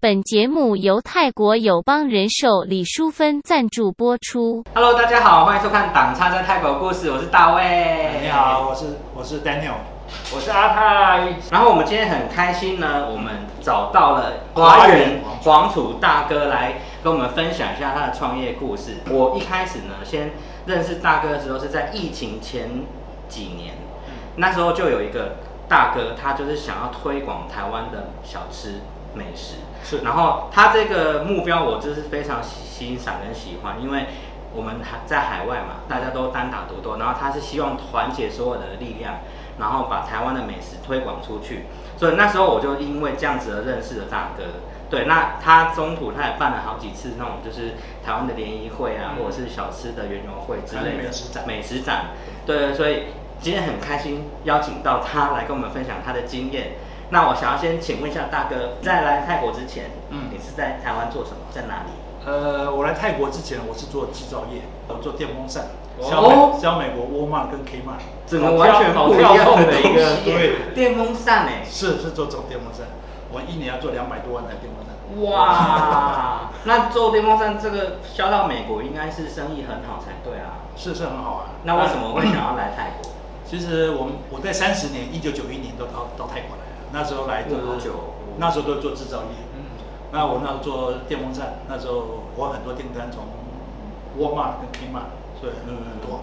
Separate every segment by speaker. Speaker 1: 本节目由泰国友邦人寿李淑芬赞助播出。
Speaker 2: Hello，大家好，欢迎收看《党差在泰国故事》，我是大卫。
Speaker 3: 你好，，我是我是 Daniel。
Speaker 2: 我是阿泰。然后我们今天很开心呢，我们找到了华人黄土大哥来跟我们分享一下他的创业故事。我一开始呢，先认识大哥的时候是在疫情前几年，那时候就有一个大哥，他就是想要推广台湾的小吃美食。
Speaker 3: 是
Speaker 2: 然后他这个目标我就是非常欣赏跟喜欢，因为我们还在海外嘛，大家都单打独斗，然后他是希望团结所有的力量，然后把台湾的美食推广出去。所以那时候我就因为这样子而认识了大哥。对，那他中途他也办了好几次那种就是台湾的联谊会啊，
Speaker 3: 嗯
Speaker 2: 或者是小吃的圆融会之类的
Speaker 3: 美食展
Speaker 2: 美食展，对，所以今天很开心邀请到他来跟我们分享他的经验。那我想要先请问一下大哥，在来泰国之前，嗯
Speaker 3: 嗯，
Speaker 2: 你是在台湾做什么？在哪里？
Speaker 3: 呃，我来泰国之前，我是做制造业，我做电风扇，
Speaker 2: 哦
Speaker 3: 销美销美国沃尔玛跟 Kmart，
Speaker 2: 整个完全不一样的一个
Speaker 3: 好跳动的一个
Speaker 2: 电风扇哎、
Speaker 3: 是是做这种电风扇，我一年要做两百多万台电风扇。
Speaker 2: 哇， 那做电风扇这个销到美国应该是生意很好才对啊。
Speaker 3: 是是很好啊。
Speaker 2: 那为什么会想要来泰国？
Speaker 3: 其实我们我在三十年，一九九一年都到到泰国来了，那时候来就是
Speaker 2: 1995
Speaker 3: 那时候都做制造业。那我那时候做电风扇，那时候我很多订单从沃尔玛跟 Kmart，所以很很多。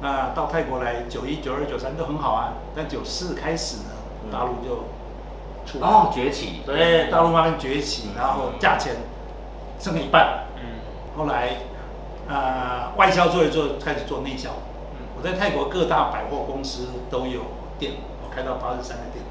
Speaker 3: 那到泰国来，九一、九二、九三都很好啊，但九四开始呢
Speaker 2: 嗯，
Speaker 3: 大陆就出来，
Speaker 2: 哦，崛起，
Speaker 3: 所以大陆慢慢崛起，然后价钱升了一半，
Speaker 2: 嗯，
Speaker 3: 后来呃外销做一做，开始做内销。我在泰国各大百货公司都有店，我开到八十三个店。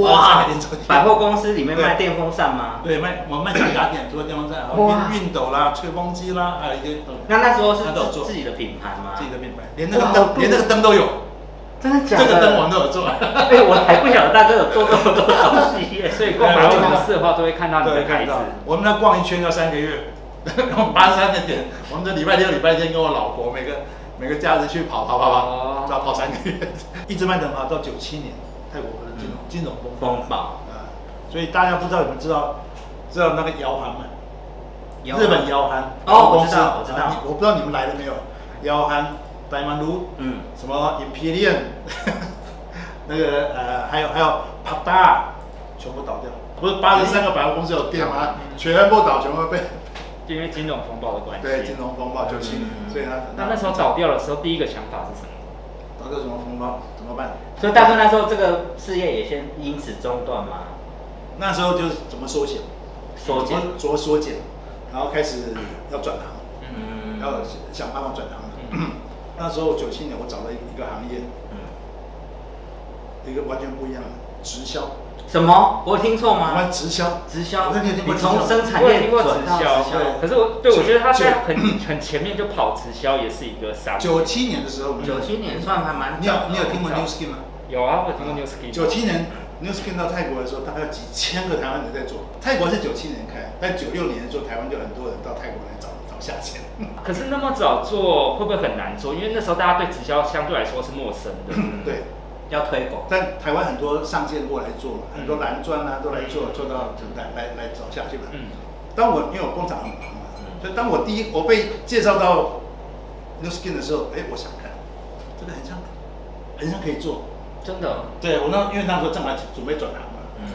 Speaker 2: 哇
Speaker 3: 八十三个店左右，
Speaker 2: 百货公司里面
Speaker 3: 对
Speaker 2: 卖电风扇吗？
Speaker 3: 对，卖我卖小家电，除了电风扇，
Speaker 2: 哇
Speaker 3: 还有熨斗啦、吹风机啦，还有一些呃
Speaker 2: 那那时候是
Speaker 3: 那都有
Speaker 2: 自
Speaker 3: 做
Speaker 2: 自己的品牌吗？
Speaker 3: 自己的品牌，连那个
Speaker 2: 哇好酷
Speaker 3: 灯，连那个灯都有，
Speaker 2: 真的
Speaker 3: 这
Speaker 2: 假的？
Speaker 3: 个灯我们都有做。
Speaker 2: 哎、我还不晓得大哥有做这么多东西耶，所以
Speaker 4: 所以逛百货公司的话，都会看到你的
Speaker 3: 对，
Speaker 4: 牌
Speaker 3: 看
Speaker 4: 子
Speaker 3: 到。我们那逛一圈要三个月， 我们八十三个点，我们这礼拜六、礼拜天跟我老婆每个每个假日去跑跑跑
Speaker 4: 哦
Speaker 3: 跑，要跑三个月， 一直卖的话到九七年泰国的金融
Speaker 4: 嗯
Speaker 3: 金融风暴
Speaker 2: 风暴
Speaker 3: 啊，所以大家不知道你们知道知道那个摇韩吗？日本摇韩
Speaker 2: 哦
Speaker 3: 公
Speaker 2: 我知
Speaker 3: 司
Speaker 2: 道我知道
Speaker 3: 啊你我不知道你们来了没有？摇韩、白曼卢，
Speaker 2: 嗯
Speaker 3: 什么 Imperium，那个呃，还有还有 Pada，全部倒掉。不是八十三个百货公司有店吗？
Speaker 2: 嗯
Speaker 3: 全部倒，全部被
Speaker 4: 因为金融风暴的关系。
Speaker 3: 对金融风暴
Speaker 2: 嗯
Speaker 3: 九七年，所以呢，
Speaker 4: 那那时候倒掉的时候，第一个想法是什么？
Speaker 3: 倒掉什么风暴怎么办？
Speaker 2: 所以大哥那时候这个事业也先因此中断吗？
Speaker 3: 那时候就是怎么缩减，
Speaker 2: 缩减
Speaker 3: 怎么怎么缩减，然后开始要转行。
Speaker 2: 嗯
Speaker 3: 要想办法转行
Speaker 4: 嗯
Speaker 3: 的。 那时候九七年，我找了一个行业，
Speaker 4: 嗯
Speaker 3: 一个完全不一样的直销。
Speaker 2: 什么？我有听错
Speaker 4: 啊
Speaker 3: 我
Speaker 2: 吗
Speaker 3: 们？直销，
Speaker 2: 直销，
Speaker 3: 我跟你
Speaker 2: 你
Speaker 3: 听过
Speaker 2: 从
Speaker 3: 直销
Speaker 2: 生产
Speaker 4: 我也
Speaker 2: 业
Speaker 4: 听过
Speaker 2: 转
Speaker 4: 直
Speaker 2: 到
Speaker 4: 销啊
Speaker 2: 直销，
Speaker 3: 对
Speaker 4: 可是我对我觉得他
Speaker 3: 九
Speaker 4: 在很很前面就跑直销，也是一个傻。
Speaker 3: 九七年的时候，
Speaker 4: 嗯
Speaker 3: 我们
Speaker 2: 九七年算还蛮
Speaker 3: 你
Speaker 2: 早的
Speaker 3: 有你有听过
Speaker 4: 早
Speaker 3: New Skin 吗？
Speaker 4: 有啊，我有听过 New Skin。
Speaker 3: 九七年 New Skin 到泰国的时候，大概有几千个台湾人在做。泰国是九七年开，但九六年的时候，台湾就很多人到泰国来找找下线。
Speaker 4: 可是那么早做会不会很难做？因为那时候大家对直销相对来说是陌生的。
Speaker 2: 嗯
Speaker 3: 对，
Speaker 2: 要推广，
Speaker 3: 但台湾很多上线过来做嘛，
Speaker 4: 嗯
Speaker 3: 很多蓝钻啊都来做，做到来来来找下去了。
Speaker 4: 嗯，
Speaker 3: 当我因为我工厂很忙嘛，所以当我第一我被介绍到 New Skin 的时候，哎，我想看，这个很像，很像可以做。
Speaker 4: 真的。
Speaker 3: 对我那因为那时候正好准备转行嘛，
Speaker 2: 嗯，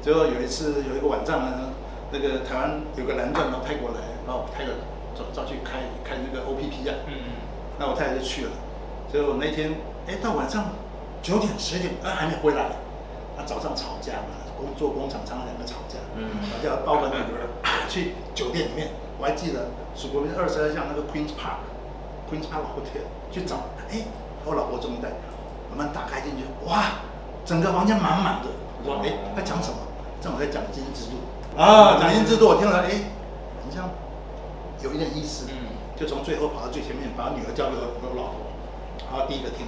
Speaker 3: 结果有一次有一个晚上呢，那个台湾有个男钻到泰国来，把我泰国找找去开开那个 OPP 啊，
Speaker 4: 嗯
Speaker 3: 那我太太就去了，结果那天哎到晚上九点十点啊还没回来，啊早上吵架嘛，工作工厂常常两个吵架，
Speaker 2: 嗯
Speaker 3: 我就要抱个女儿去酒店里面，我还记得蜀国边二十二巷那个 Queen's Park，Queen's Park Hotel 去找，哎，我老婆终于在，我们打开进去，哇，整个房间满满的，我说哎，他讲什么？正好在讲基金制度啊，讲基金制度，我听了哎，很像有一点意思，
Speaker 2: 嗯
Speaker 3: 就从最后跑到最前面，把女儿交给我我老婆，然后第一个听，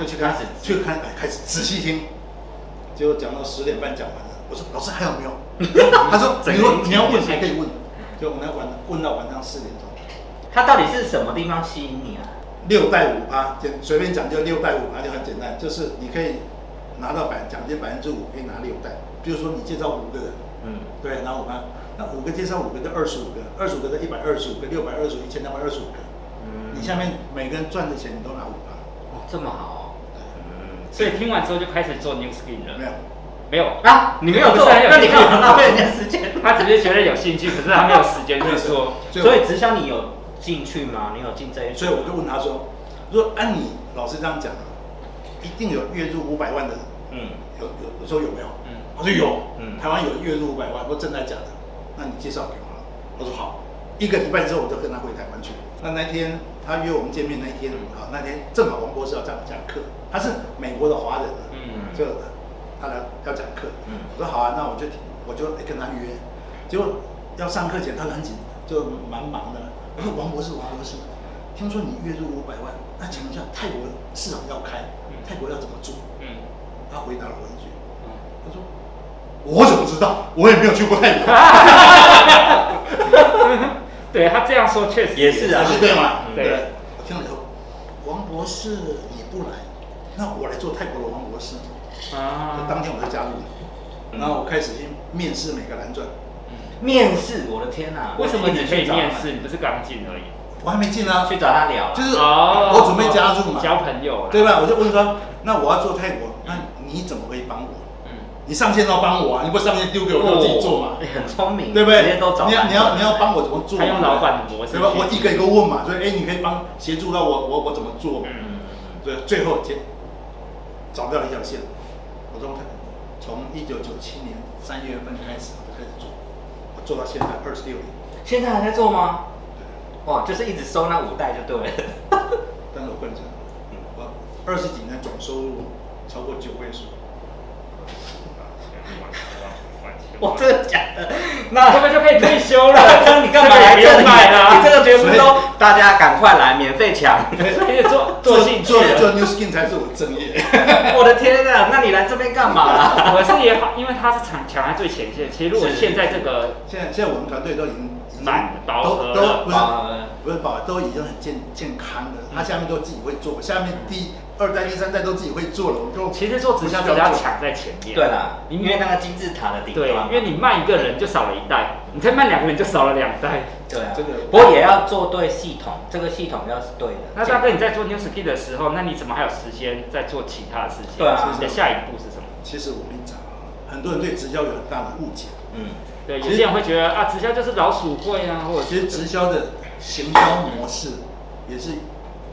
Speaker 3: 就去开
Speaker 2: 哦
Speaker 3: 始去看，哎开始仔细听。结果讲到十点半讲完了，我说老师还有没 有？他说
Speaker 2: 整
Speaker 3: 你
Speaker 2: 个
Speaker 3: 说你要
Speaker 2: 一天
Speaker 3: 问还可以问，就我那晚问到晚上四点钟，
Speaker 2: 它到底是什么地方吸引你啊？
Speaker 3: 六带五趴，简随便讲就六带五趴就很简单，就是你可以拿到百奖金百分之五，可以拿六带。比如说你介绍五个人，
Speaker 2: 嗯，
Speaker 3: 对，然后我们那五个介绍五个就二十五个，二十五个就一百二十五个，六百二十五，一千两百二十五个。
Speaker 2: 嗯
Speaker 3: 你下面每个人赚的钱你都拿五趴，
Speaker 2: 哦这么好哦，嗯，
Speaker 4: 所以听完之后就开始做 New Skin
Speaker 3: 有没
Speaker 4: 了，
Speaker 3: 有？
Speaker 4: 没有，
Speaker 2: 啊，你没有
Speaker 4: 不
Speaker 2: 做，
Speaker 4: 是很有
Speaker 2: 那你
Speaker 4: 兴
Speaker 2: 干
Speaker 4: 趣
Speaker 2: 嘛浪费人家时间？
Speaker 4: 他只是觉得有兴趣，可是他没有时间去做。
Speaker 3: 所以
Speaker 2: 所
Speaker 3: 我
Speaker 2: 以直销你有进去吗？你有进这一组？
Speaker 3: 所以我就问他说，如果按你老师这样讲，啊一定有月入五百万的，
Speaker 2: 嗯
Speaker 3: 有有我说有没有？
Speaker 4: 嗯，
Speaker 3: 我说有，
Speaker 2: 嗯
Speaker 3: 台湾有月入五百万，我说真的假的？那你介绍给我了。我说好，一个礼拜之后我就跟他回台湾去。那那天他约我们见面那一天，啊，那天正好王博士要讲讲课，他是美国的华人，啊
Speaker 4: 嗯
Speaker 3: 就他来要讲课，
Speaker 2: 嗯
Speaker 3: 我说好啊，那我就我就跟他约，结果要上课前他很紧，就蛮忙的。我说王博士，王博士，听说你月入五百万，那请问一下泰国市场要开
Speaker 4: 嗯，
Speaker 3: 泰国要怎么做？
Speaker 4: 嗯，
Speaker 3: 他回答了我一句，他说：“我怎么知道？我也没有去过泰国，
Speaker 4: 对他这样说确实
Speaker 2: 也是啊
Speaker 3: 还是对吗？”
Speaker 2: 嗯
Speaker 4: 对。
Speaker 3: 我听了以后，王博士你不来，那我来做泰国的王博士。
Speaker 4: 啊
Speaker 3: 当天我就加入了，
Speaker 2: 嗯
Speaker 3: 然后我开始去面试每个蓝钻，
Speaker 2: 面试，我的天哪！
Speaker 4: 为什
Speaker 2: 我
Speaker 4: 么
Speaker 2: 一
Speaker 4: 你
Speaker 2: 直
Speaker 4: 可
Speaker 2: 去
Speaker 4: 以
Speaker 2: 找他
Speaker 4: 面试？？你不是刚进而已？哦
Speaker 3: 我还没进啊，
Speaker 2: 去找他聊啊，
Speaker 3: 就是我准备加入嘛，
Speaker 4: 交朋友啊。
Speaker 3: 对吧？我就问他，那我要做泰国，那你怎么可以帮我？
Speaker 4: 嗯，
Speaker 3: 你上线要帮我啊，你不上线丢给我，我自己做嘛。
Speaker 4: 哦
Speaker 2: 你很聪明，
Speaker 3: 对不对？
Speaker 2: 直接都找
Speaker 3: 你要你要你要帮
Speaker 2: 我，
Speaker 3: 我怎么做嘛？
Speaker 4: 他用老板的模式
Speaker 3: 对吧？
Speaker 4: 去
Speaker 3: 我一个一个问嘛，所以哎，你可以帮协助到我，我我怎么做？
Speaker 2: 嗯，
Speaker 3: 所以最后结找到了一条线，我从从一九九七年三月份开始我就开始做，我做到现在二十六年，
Speaker 2: 现在还在做吗？
Speaker 3: 对，
Speaker 2: 哇，就是一直收那五袋就对了。
Speaker 3: 但是我跟你讲，
Speaker 4: 嗯
Speaker 3: 我二十几年总收入超过九位数，
Speaker 2: 哇，真的假的？
Speaker 4: 那
Speaker 2: 那
Speaker 4: 嗯这个就可以退休了。
Speaker 2: 那 这样你干嘛来
Speaker 4: 这个也不
Speaker 2: 里
Speaker 4: 用买了啊？
Speaker 2: 你这个全部
Speaker 3: 所
Speaker 2: 都大家赶快来免费 抢！
Speaker 4: 可以做做兴趣
Speaker 3: 做
Speaker 4: 了。
Speaker 3: 做 New Skin 才是我的正业。
Speaker 2: 我的天哪，那你来这边干嘛啊啦？
Speaker 4: 我是也好，因为他是抢抢在最前线。其实如果
Speaker 2: 是
Speaker 4: 现在这个
Speaker 3: 现在现在我们团队都已经已经
Speaker 4: 满饱
Speaker 3: 都
Speaker 4: 和
Speaker 3: 都
Speaker 4: 了
Speaker 3: 不是
Speaker 2: 饱和了
Speaker 3: 不是饱和，都已经很健健康了。他下面都自己会做，下面第二代、第三代都自己会做了。我就
Speaker 4: 其实做直销
Speaker 3: 不
Speaker 4: 只
Speaker 3: 需
Speaker 4: 要
Speaker 3: 做
Speaker 4: 抢在前面。
Speaker 2: 对啊啦，
Speaker 4: 因
Speaker 2: 因
Speaker 4: 为
Speaker 2: 为那个金字塔的顶
Speaker 4: 对，
Speaker 2: 端
Speaker 4: 因
Speaker 2: 嘛，
Speaker 4: 为你慢一个人就少了一代，你再慢两个人就少了两代。
Speaker 2: 对啊
Speaker 3: 这个，
Speaker 2: 不过也要做对系统，这个系统要是对的。
Speaker 4: 那大哥，你在做 New Ski 的时候，那你怎么还有时间再做其他的事情？
Speaker 2: 对啊
Speaker 4: 你的下一步是什么？
Speaker 3: 其实我跟你讲，很多人对直销有很大的误解。
Speaker 2: 嗯，
Speaker 4: 对，有
Speaker 3: 其实
Speaker 4: 些人会觉得啊，直销就是老鼠会啊，或者
Speaker 3: 其实直销的行销模式也是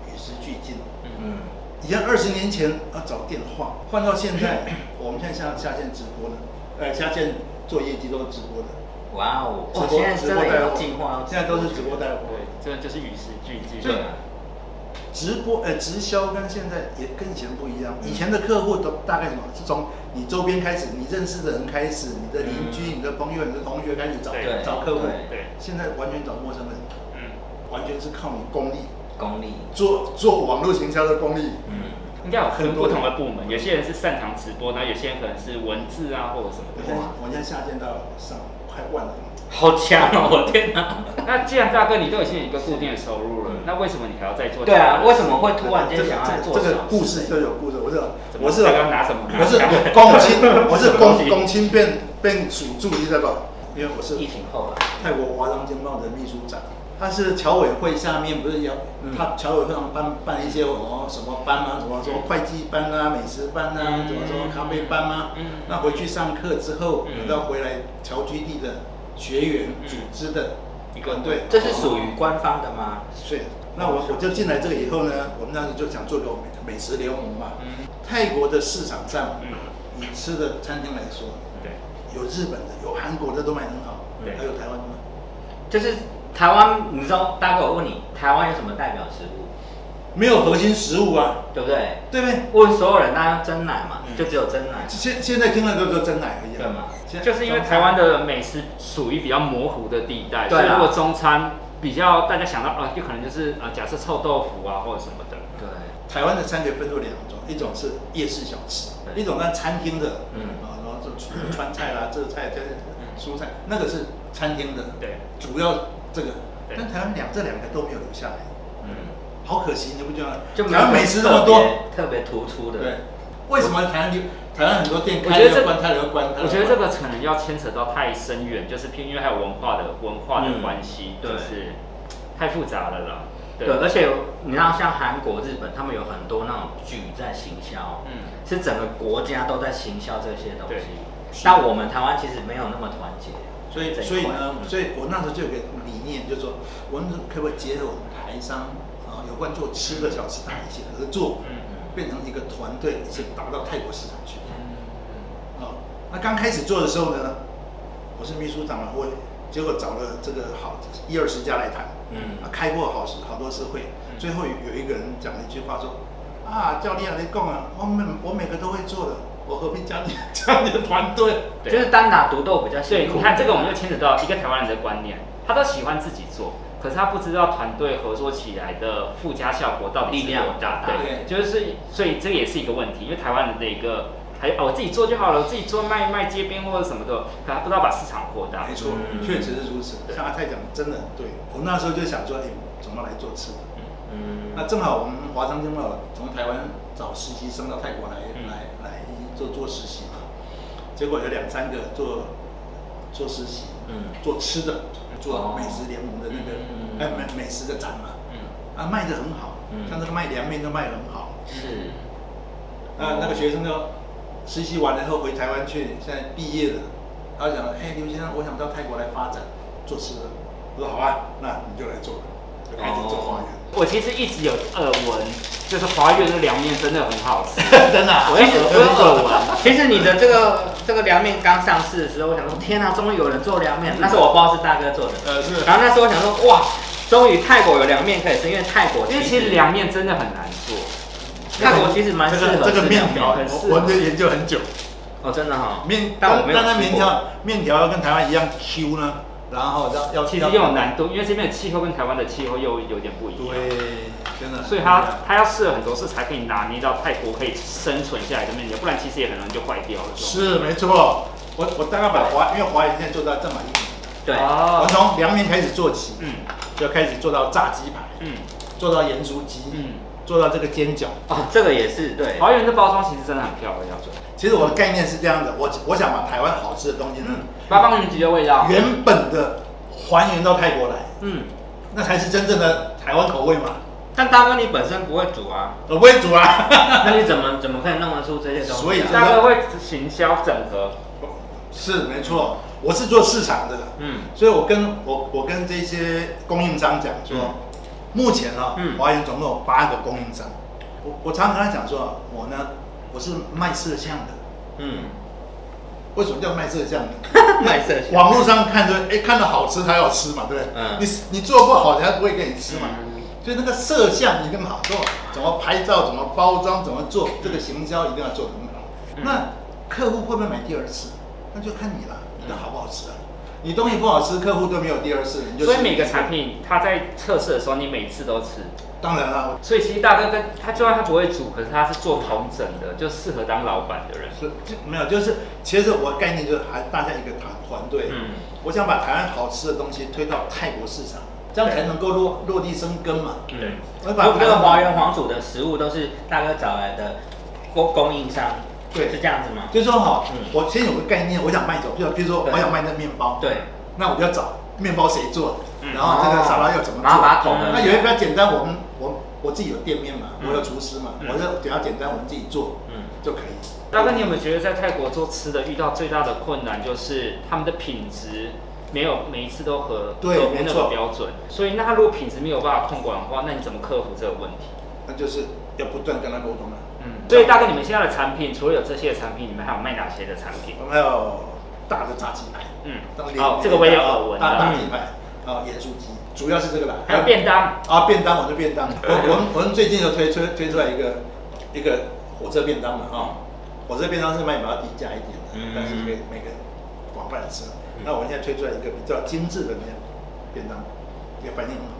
Speaker 3: 与时俱进。
Speaker 2: 嗯，
Speaker 3: 以前二十年前要找电话，换到现 在，我们现在下下线直播呢，呃，下线做业绩都是直播的。
Speaker 2: 哇哦，
Speaker 3: 直
Speaker 2: 我
Speaker 3: 播
Speaker 2: 现在
Speaker 3: 直
Speaker 2: 真
Speaker 3: 播
Speaker 2: 的
Speaker 3: 带
Speaker 2: 也
Speaker 3: 货
Speaker 2: 都进化，
Speaker 3: 现在都是直播带货。
Speaker 4: 对，真的就是与时俱进。
Speaker 2: 对啊，
Speaker 3: 直播呃直销跟现在也跟以前不一样，
Speaker 2: 嗯
Speaker 3: 以前的客户都大概什么？是从你周边开始，你认识的人开始，你的邻居、你的朋友、你的同学开始找
Speaker 4: 对
Speaker 3: 找客户。
Speaker 2: 嗯对
Speaker 4: 对，
Speaker 3: 现在完全找陌生人，
Speaker 4: 嗯，
Speaker 3: 完全是靠你功力
Speaker 2: 功力，
Speaker 3: 做做网络行销的功力。
Speaker 2: 嗯，
Speaker 4: 应该有分
Speaker 3: 很
Speaker 4: 不
Speaker 3: 多
Speaker 4: 同的部门，有些人是擅长直播，然后有些人可能是文字啊或者什么
Speaker 3: 我
Speaker 4: 的。
Speaker 3: 现在我现在下线到上快万人，
Speaker 2: 好强哦，我天哪！
Speaker 4: 那既然大哥你都已经有一个固定的收入了，那为什么你还要再做？
Speaker 2: 嗯对啊，为什？么会突然间想要来
Speaker 3: 这
Speaker 2: 做
Speaker 3: 个这
Speaker 2: 小
Speaker 3: 个故事就有故事，我是
Speaker 4: 怎么
Speaker 3: 我是
Speaker 4: 大哥拿什么拿
Speaker 3: 我是公亲，我是公公亲变变属助，你知道吧？因为我是
Speaker 2: 疫情后啊了，
Speaker 3: 泰国华商经贸的秘书长，他是侨委会下面不是有、
Speaker 2: 嗯
Speaker 3: 他侨委会上办办一些哦什么班啊，什么什么会计班啊、美食班啊，
Speaker 4: 嗯
Speaker 3: 什么什么咖啡班啊。
Speaker 4: 嗯
Speaker 3: 那回去上课之后，等
Speaker 4: 嗯
Speaker 3: 到回来侨居地的学员
Speaker 4: 嗯
Speaker 3: 组织的
Speaker 4: 一个
Speaker 3: 团队，
Speaker 2: 这是属于官方的吗？
Speaker 3: 是。那我我就进来这个以后呢，我们当时就想做个美美食联盟嘛。
Speaker 4: 嗯
Speaker 3: 泰国的市场上，
Speaker 4: 嗯，
Speaker 3: 以吃的餐厅来说，
Speaker 4: 对，
Speaker 3: 有日本的，有韩国的都卖得很好
Speaker 4: 对，
Speaker 3: 还有台湾的吗？
Speaker 2: 就是台湾，你知道，大哥，我问你，台湾有什么代表食物，
Speaker 3: 没有核心食物啊，
Speaker 2: 对不对？
Speaker 3: 对不对？
Speaker 2: 问所有人，大家真奶嘛，
Speaker 3: 嗯
Speaker 2: 就只有真奶，
Speaker 3: 现现在听了都都真奶而已
Speaker 2: 对啊吗
Speaker 3: 了，？现在
Speaker 4: 就是因为台湾的美食属于比较模糊的地带，
Speaker 2: 对
Speaker 4: 所
Speaker 2: 啊
Speaker 4: 以如果中餐比较大家想到啊，就可能就是呃，假设臭豆腐啊或者什么的。
Speaker 2: 对，
Speaker 3: 台湾的餐可以分作两种，一种是夜市小吃，
Speaker 2: 对
Speaker 4: 嗯
Speaker 3: 一种那餐厅的，
Speaker 2: 嗯
Speaker 3: 啊，然后就川川菜啦、浙菜、这蔬菜，那个是餐厅的，
Speaker 4: 对，
Speaker 3: 主要这个
Speaker 4: 对。
Speaker 3: 但台湾两这两个都没有留下来，
Speaker 2: 嗯，
Speaker 3: 好可惜，你不觉得？
Speaker 2: 就没
Speaker 3: 台
Speaker 2: 有
Speaker 3: 湾美食那么多，
Speaker 2: 特别特别突出的，
Speaker 3: 对，为什么台湾留台湾很多店
Speaker 4: 我
Speaker 3: 开
Speaker 4: 觉
Speaker 3: 了
Speaker 4: 得这
Speaker 3: 又关，开了又关，
Speaker 2: 呃
Speaker 3: 开了又关
Speaker 4: 我觉得这个可能要牵扯到太深远，就是偏因为还有文化的文化的
Speaker 2: 嗯
Speaker 4: 关系，
Speaker 2: 对
Speaker 4: 就是太复杂了啦。
Speaker 2: 对，而且你知道，像韩国、日本，他们有很多那种剧在行销，
Speaker 4: 嗯，
Speaker 2: 是整个国家都在行销这些东
Speaker 4: 对
Speaker 2: 西。但我们台湾其实没有那么团结，
Speaker 3: 所以
Speaker 2: 这一
Speaker 3: 所以
Speaker 2: 块
Speaker 3: 呢，
Speaker 2: 嗯
Speaker 3: 所以我那时候就有个理念，就是说我们可不可以结合我们台商啊，有关做吃的小吃大家一起合作，
Speaker 4: 嗯
Speaker 3: 变成一个团队，一起打到泰国市场去。
Speaker 4: 嗯
Speaker 3: 哦，那刚开始做的时候呢，我是秘书长的会，结果找了这个好一二十家来谈，
Speaker 2: 嗯
Speaker 3: 啊，开过好好多次会，
Speaker 4: 嗯
Speaker 3: 最后有一个人讲了一句话说，啊，教练你讲啊，我每我每个都会做的，我何必加 你加你的团队？
Speaker 4: 对
Speaker 2: 就是单打独斗比较
Speaker 4: 所以
Speaker 2: 辛苦。
Speaker 4: 你看，这个我们就牵扯到一个台湾人的观念，他都喜欢自己做，可是他不知道团队合作起来的附加效果到底是
Speaker 2: 力量
Speaker 4: 多大。
Speaker 3: 对
Speaker 4: 对，就是所以这个也是一个问题，因为台湾人的一个，还哦我自己做就好了，我自己做卖卖街边或者什么的，可他不知道把市场扩大
Speaker 3: 没。错
Speaker 2: 嗯，
Speaker 3: 确实是如此。
Speaker 4: 对
Speaker 3: 像阿泰讲的，真的很对。我那时候就想说，哎，怎么来做吃的？那
Speaker 2: 嗯，
Speaker 3: 正好我们华商经贸从台湾找实习生到泰国来、
Speaker 4: 嗯
Speaker 3: 来来做做实习嘛，结果有两三个做做实习，
Speaker 2: 嗯
Speaker 3: 做吃的，做
Speaker 2: 哦
Speaker 3: 美食联盟的那个、
Speaker 2: 嗯嗯嗯
Speaker 3: 哎美美食的展嘛，
Speaker 4: 嗯，
Speaker 3: 啊卖的很好，
Speaker 2: 嗯
Speaker 3: 像那个卖凉面就卖得很好，
Speaker 2: 是，哦
Speaker 3: 那那个学生就实习完了以后回台湾去，现在毕业了，他就讲哎刘先生，我想到泰国来发展做吃的，我说好啊，那你就来做吧，就开始做花园。
Speaker 2: 哦
Speaker 4: 我其实一直有耳闻，就是华苑的凉面真的很好吃，
Speaker 2: 真的、啊
Speaker 4: 我一直我有耳闻。
Speaker 2: 其实你的这个这个凉面刚上市的时候，我想说，天啊，终于有人做凉面。那时候我不知道是大哥做的，
Speaker 3: 呃是
Speaker 2: 然后那时候我想说，哇，终于泰国有凉面可以吃，因为泰国
Speaker 4: 因为其实凉面真的很难做，
Speaker 2: 泰国其实蛮适合
Speaker 3: 这个这个
Speaker 2: 吃
Speaker 3: 面
Speaker 2: 凉
Speaker 3: 条，
Speaker 4: 很适合
Speaker 3: 我我就研究很久。
Speaker 2: 哦，真的哈、
Speaker 3: 面，
Speaker 2: 但我
Speaker 3: 但
Speaker 2: 没有
Speaker 3: 但它
Speaker 2: 吃
Speaker 3: 面
Speaker 2: 过。
Speaker 3: 条面条要跟台湾一样 Q 呢，然后要要
Speaker 4: 其实
Speaker 3: 要
Speaker 4: 又有难度，因为这边的气候跟台湾的气候又有点不一样，
Speaker 3: 对，真的。
Speaker 4: 所以它它要试了很多次才可以拿捏到泰国可以生存下来的面条，不然其实也很容易就坏掉了。
Speaker 3: 是没错。我我大概把华，因为华语现在做到正满一年，
Speaker 2: 对，
Speaker 3: 我
Speaker 4: 哦，
Speaker 3: 从凉面开始做起，
Speaker 4: 嗯
Speaker 3: 就开始做到炸鸡排，
Speaker 4: 嗯
Speaker 3: 做到盐酥鸡，
Speaker 4: 嗯，
Speaker 3: 做到这个煎饺。
Speaker 2: 哦，这个也是对。
Speaker 4: 华园的包装其实真的很漂亮，
Speaker 3: 其实我的概念是这样的，我我想把台湾好吃的东西呢，
Speaker 4: 八方云集的味道，
Speaker 3: 原本的还原到泰国来，
Speaker 2: 嗯，
Speaker 3: 那才是真正的台湾口味嘛。
Speaker 2: 但大哥你本身不会煮啊，
Speaker 3: 我不会煮啊。
Speaker 2: 那你怎么怎么可以弄得出这些东西啊、
Speaker 3: 所以
Speaker 4: 大概会行销整合，
Speaker 3: 是没错，我是做市场的，
Speaker 2: 嗯
Speaker 3: 所以我跟我我跟这些供应商讲说，
Speaker 2: 嗯
Speaker 3: 目前啊、
Speaker 2: 嗯
Speaker 3: 华研总共有八个供应商，我我常常跟他讲说，我呢我是卖色相的，
Speaker 2: 嗯，
Speaker 3: 为什么叫卖色相呢？
Speaker 2: 卖色相
Speaker 3: 网络上看着，哎，看到好吃才要吃嘛，对不对？
Speaker 2: 嗯
Speaker 3: 你你做不好，人家不会给你吃嘛。
Speaker 4: 嗯
Speaker 3: 所以那个色相一定好做，怎么拍照，怎么包装，怎么做，这个行销一定要做得很好。
Speaker 4: 嗯
Speaker 3: 那客户会不会买第二次？那就看你了，你的好不好吃啊？你东西不好吃，客户都没有第二次，你就
Speaker 4: 所以
Speaker 3: 是
Speaker 4: 每个产品它在测试的时候，你每一次都吃。
Speaker 3: 当然了，
Speaker 4: 所以其实大哥跟他，就算他不会煮，可是他是做同整的，就适合当老板的人。
Speaker 3: 是就没有，就是其实我概念就是还大家一个团团队，
Speaker 4: 嗯，
Speaker 3: 我想把台湾好吃的东西推到泰国市场，这样才能够落落地生根嘛。
Speaker 4: 对
Speaker 2: 嗯。
Speaker 3: 我
Speaker 2: 不过这个
Speaker 3: 湾
Speaker 2: 华园黄主的食物都是大哥找来的供供应商，
Speaker 3: 对
Speaker 2: 是这样子吗？
Speaker 3: 就是说哈
Speaker 2: 嗯，
Speaker 3: 我先有个概念，我想卖走，比如比如说
Speaker 2: 对
Speaker 3: 我想卖那面包，
Speaker 2: 对，
Speaker 3: 那我就要找面包谁做的，
Speaker 4: 嗯
Speaker 3: 然后这个沙拉要怎么
Speaker 2: 然后把它
Speaker 3: 做。
Speaker 2: 捅
Speaker 3: 那
Speaker 2: 了。
Speaker 3: 有一个比较简单，我们我我自己有店面嘛，
Speaker 4: 嗯
Speaker 3: 我有厨师嘛，
Speaker 4: 嗯
Speaker 3: 我就比较简单，我们自己做
Speaker 2: 嗯，
Speaker 3: 就可以。
Speaker 4: 大哥，你有没有觉得在泰国做吃的遇到最大的困难就是他们的品质没有每一次都合
Speaker 3: 对
Speaker 4: 合乎
Speaker 3: 没
Speaker 4: 那
Speaker 3: 错
Speaker 4: 个标准？所以那他如果品质没有办法控管的话，那你怎么克服这个问题？
Speaker 3: 那就是要不断跟他沟通啊了。
Speaker 4: 嗯，所以大哥，你们现在的产品除了有这些产品，你们还有卖哪些的产品？
Speaker 3: 我们还有大的炸鸡排，
Speaker 4: 嗯，
Speaker 3: 当然
Speaker 4: 哦，这个我也有耳闻
Speaker 3: 大大
Speaker 4: 的。
Speaker 3: 鸡排，啊，盐酥鸡，主要是这个啦。
Speaker 4: 还有便当，
Speaker 3: 啊，便当我就 便当，我我们我们最近就推出推出来一个一个火车便当嘛啊、火车便当是卖比较低价一点的，
Speaker 2: 嗯
Speaker 3: 但是可以每个广泛吃。
Speaker 2: 嗯
Speaker 3: 那我们现在推出来一个比较精致的面便当，也反应很好。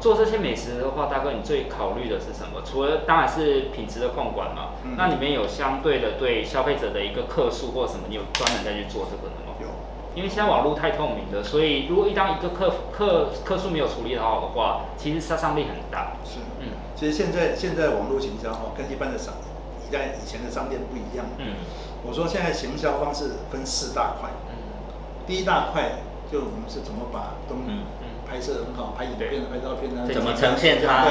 Speaker 4: 做这些美食的话，大哥，你最考虑的是什么？除了当然是品质的控管嘛，
Speaker 3: 嗯
Speaker 4: 那里面有相对的对消费者的一个客诉或什么，你有专门再去做这个的吗？
Speaker 3: 有
Speaker 4: 因为现在网络太透明了，所以如果一当一个客客客数没有处理好的话，其实杀伤力很大。
Speaker 3: 是，
Speaker 4: 嗯
Speaker 3: 其实现在现在网络行销哦，跟一般的商以在以前的商店不一样，
Speaker 4: 嗯，
Speaker 3: 我说现在行销方式分四大块，第一大块就我们是怎么把东
Speaker 2: 嗯
Speaker 4: 嗯
Speaker 3: 拍摄很好，拍影片啊，拍照片啊，
Speaker 4: 对
Speaker 2: 怎么呈现它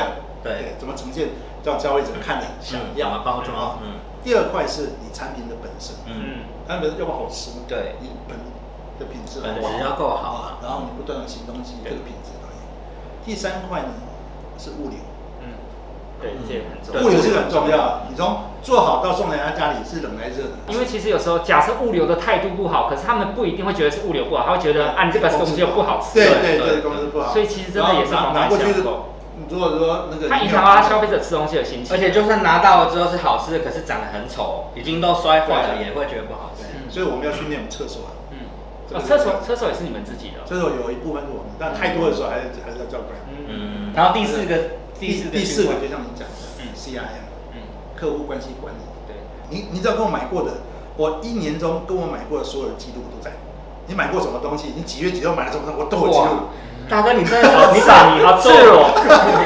Speaker 3: 对
Speaker 2: 对
Speaker 3: 怎么呈现让消费者看了想
Speaker 2: 嗯
Speaker 3: 要
Speaker 2: 怎么包装
Speaker 3: 啊
Speaker 2: 嗯
Speaker 3: 第二块是你产品的本身，
Speaker 2: 嗯，
Speaker 3: 产品要不好吃，
Speaker 2: 对
Speaker 3: 你本的品质
Speaker 2: 本
Speaker 3: 好不
Speaker 2: 质要够好
Speaker 3: 啊然后你不断的新东西，这
Speaker 4: 对
Speaker 3: 个品质导演。第三块呢是物流，
Speaker 4: 嗯，对，这也很重
Speaker 2: 对
Speaker 4: 要。
Speaker 3: 物流这个很重要，你从做好到送人家家里是冷来热的，
Speaker 4: 因为其实有时候，假设物流的态度不好，可是他们不一定会觉得是物流不好，他会觉得啊，你这个东西又不好吃，
Speaker 3: 对对对，公司不好，
Speaker 4: 所以其实真的也是
Speaker 3: 然后
Speaker 4: 环
Speaker 3: 拿拿
Speaker 4: 环
Speaker 3: 过去
Speaker 4: 相
Speaker 3: 是
Speaker 4: 扣，
Speaker 3: 如果说那个
Speaker 4: 它影响到他消费者吃东西的心情。
Speaker 2: 而且就算拿到了之后是好吃的，可是长得很丑，已经都摔坏了，
Speaker 4: 对
Speaker 2: 也会觉得不好吃。
Speaker 4: 嗯
Speaker 3: 所以我们要训练我们厕所啊，
Speaker 4: 嗯，
Speaker 3: 这个
Speaker 4: 哦，厕所厕所也是你们自己的。
Speaker 3: 厕所有一部分是我们，但太多的时候还是还是在照顾。
Speaker 4: 嗯
Speaker 2: 嗯，然后第四个，
Speaker 3: 第
Speaker 2: 四个，
Speaker 3: 第四个就像你讲的
Speaker 4: 嗯
Speaker 3: ，CRM
Speaker 4: 嗯，
Speaker 3: 客户关系管理，
Speaker 4: 对，
Speaker 3: 你你只要跟我买过的，我一年中跟我买过的所有的记录都在。你买过什么东西？你几月几号买了什么东西？我都有记
Speaker 2: 哇
Speaker 3: 录。
Speaker 2: 大哥，你真的好，你把
Speaker 4: 傻
Speaker 2: 你
Speaker 4: 你好
Speaker 2: 做
Speaker 4: 赤裸，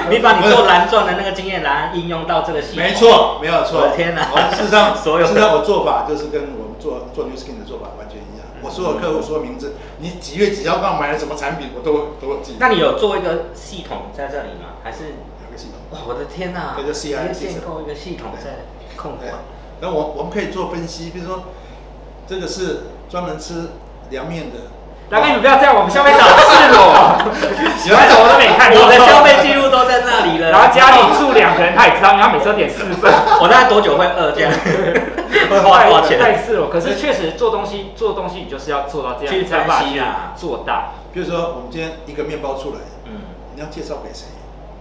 Speaker 2: 你把你做蓝钻的那个经验，然后应用到这个系统，
Speaker 3: 没，错，没有错。
Speaker 2: 我的天哪
Speaker 3: 我事实 上，
Speaker 2: 所有的
Speaker 3: 事实上我做法就是跟我们做做 New Skin 的做法完全一样。我所有客户说名字，你几月几号刚好买了什么产品，我都都有记录。
Speaker 2: 那你有做一个系统在这里吗？还是
Speaker 3: 有个系统。
Speaker 2: 哇，我的天哪，
Speaker 3: 这个 CRM
Speaker 2: 直接建构一个系统在控
Speaker 3: 对
Speaker 2: 管。，
Speaker 3: 那我我们可以做分析，比如说这个是专门吃凉面的，哦
Speaker 4: 大哥你们不要这样，我们消费者好赤裸，喜欢什么都没看过，
Speaker 2: 我的消费记录都在那里了，
Speaker 4: 然后家里住两个人，他也知道，因为他每次都点四份，
Speaker 2: 我大概多久会饿 这样？ 会花
Speaker 4: 太
Speaker 2: 多少
Speaker 4: 太
Speaker 2: 钱？
Speaker 4: 赤裸。可是确实做东西，做东西你就是要做到这样，
Speaker 2: 去
Speaker 4: 你才有办法
Speaker 2: 分析啊
Speaker 4: 去做大。
Speaker 3: 比如说我们今天一个面包出来，
Speaker 2: 嗯
Speaker 3: 你要介绍给谁？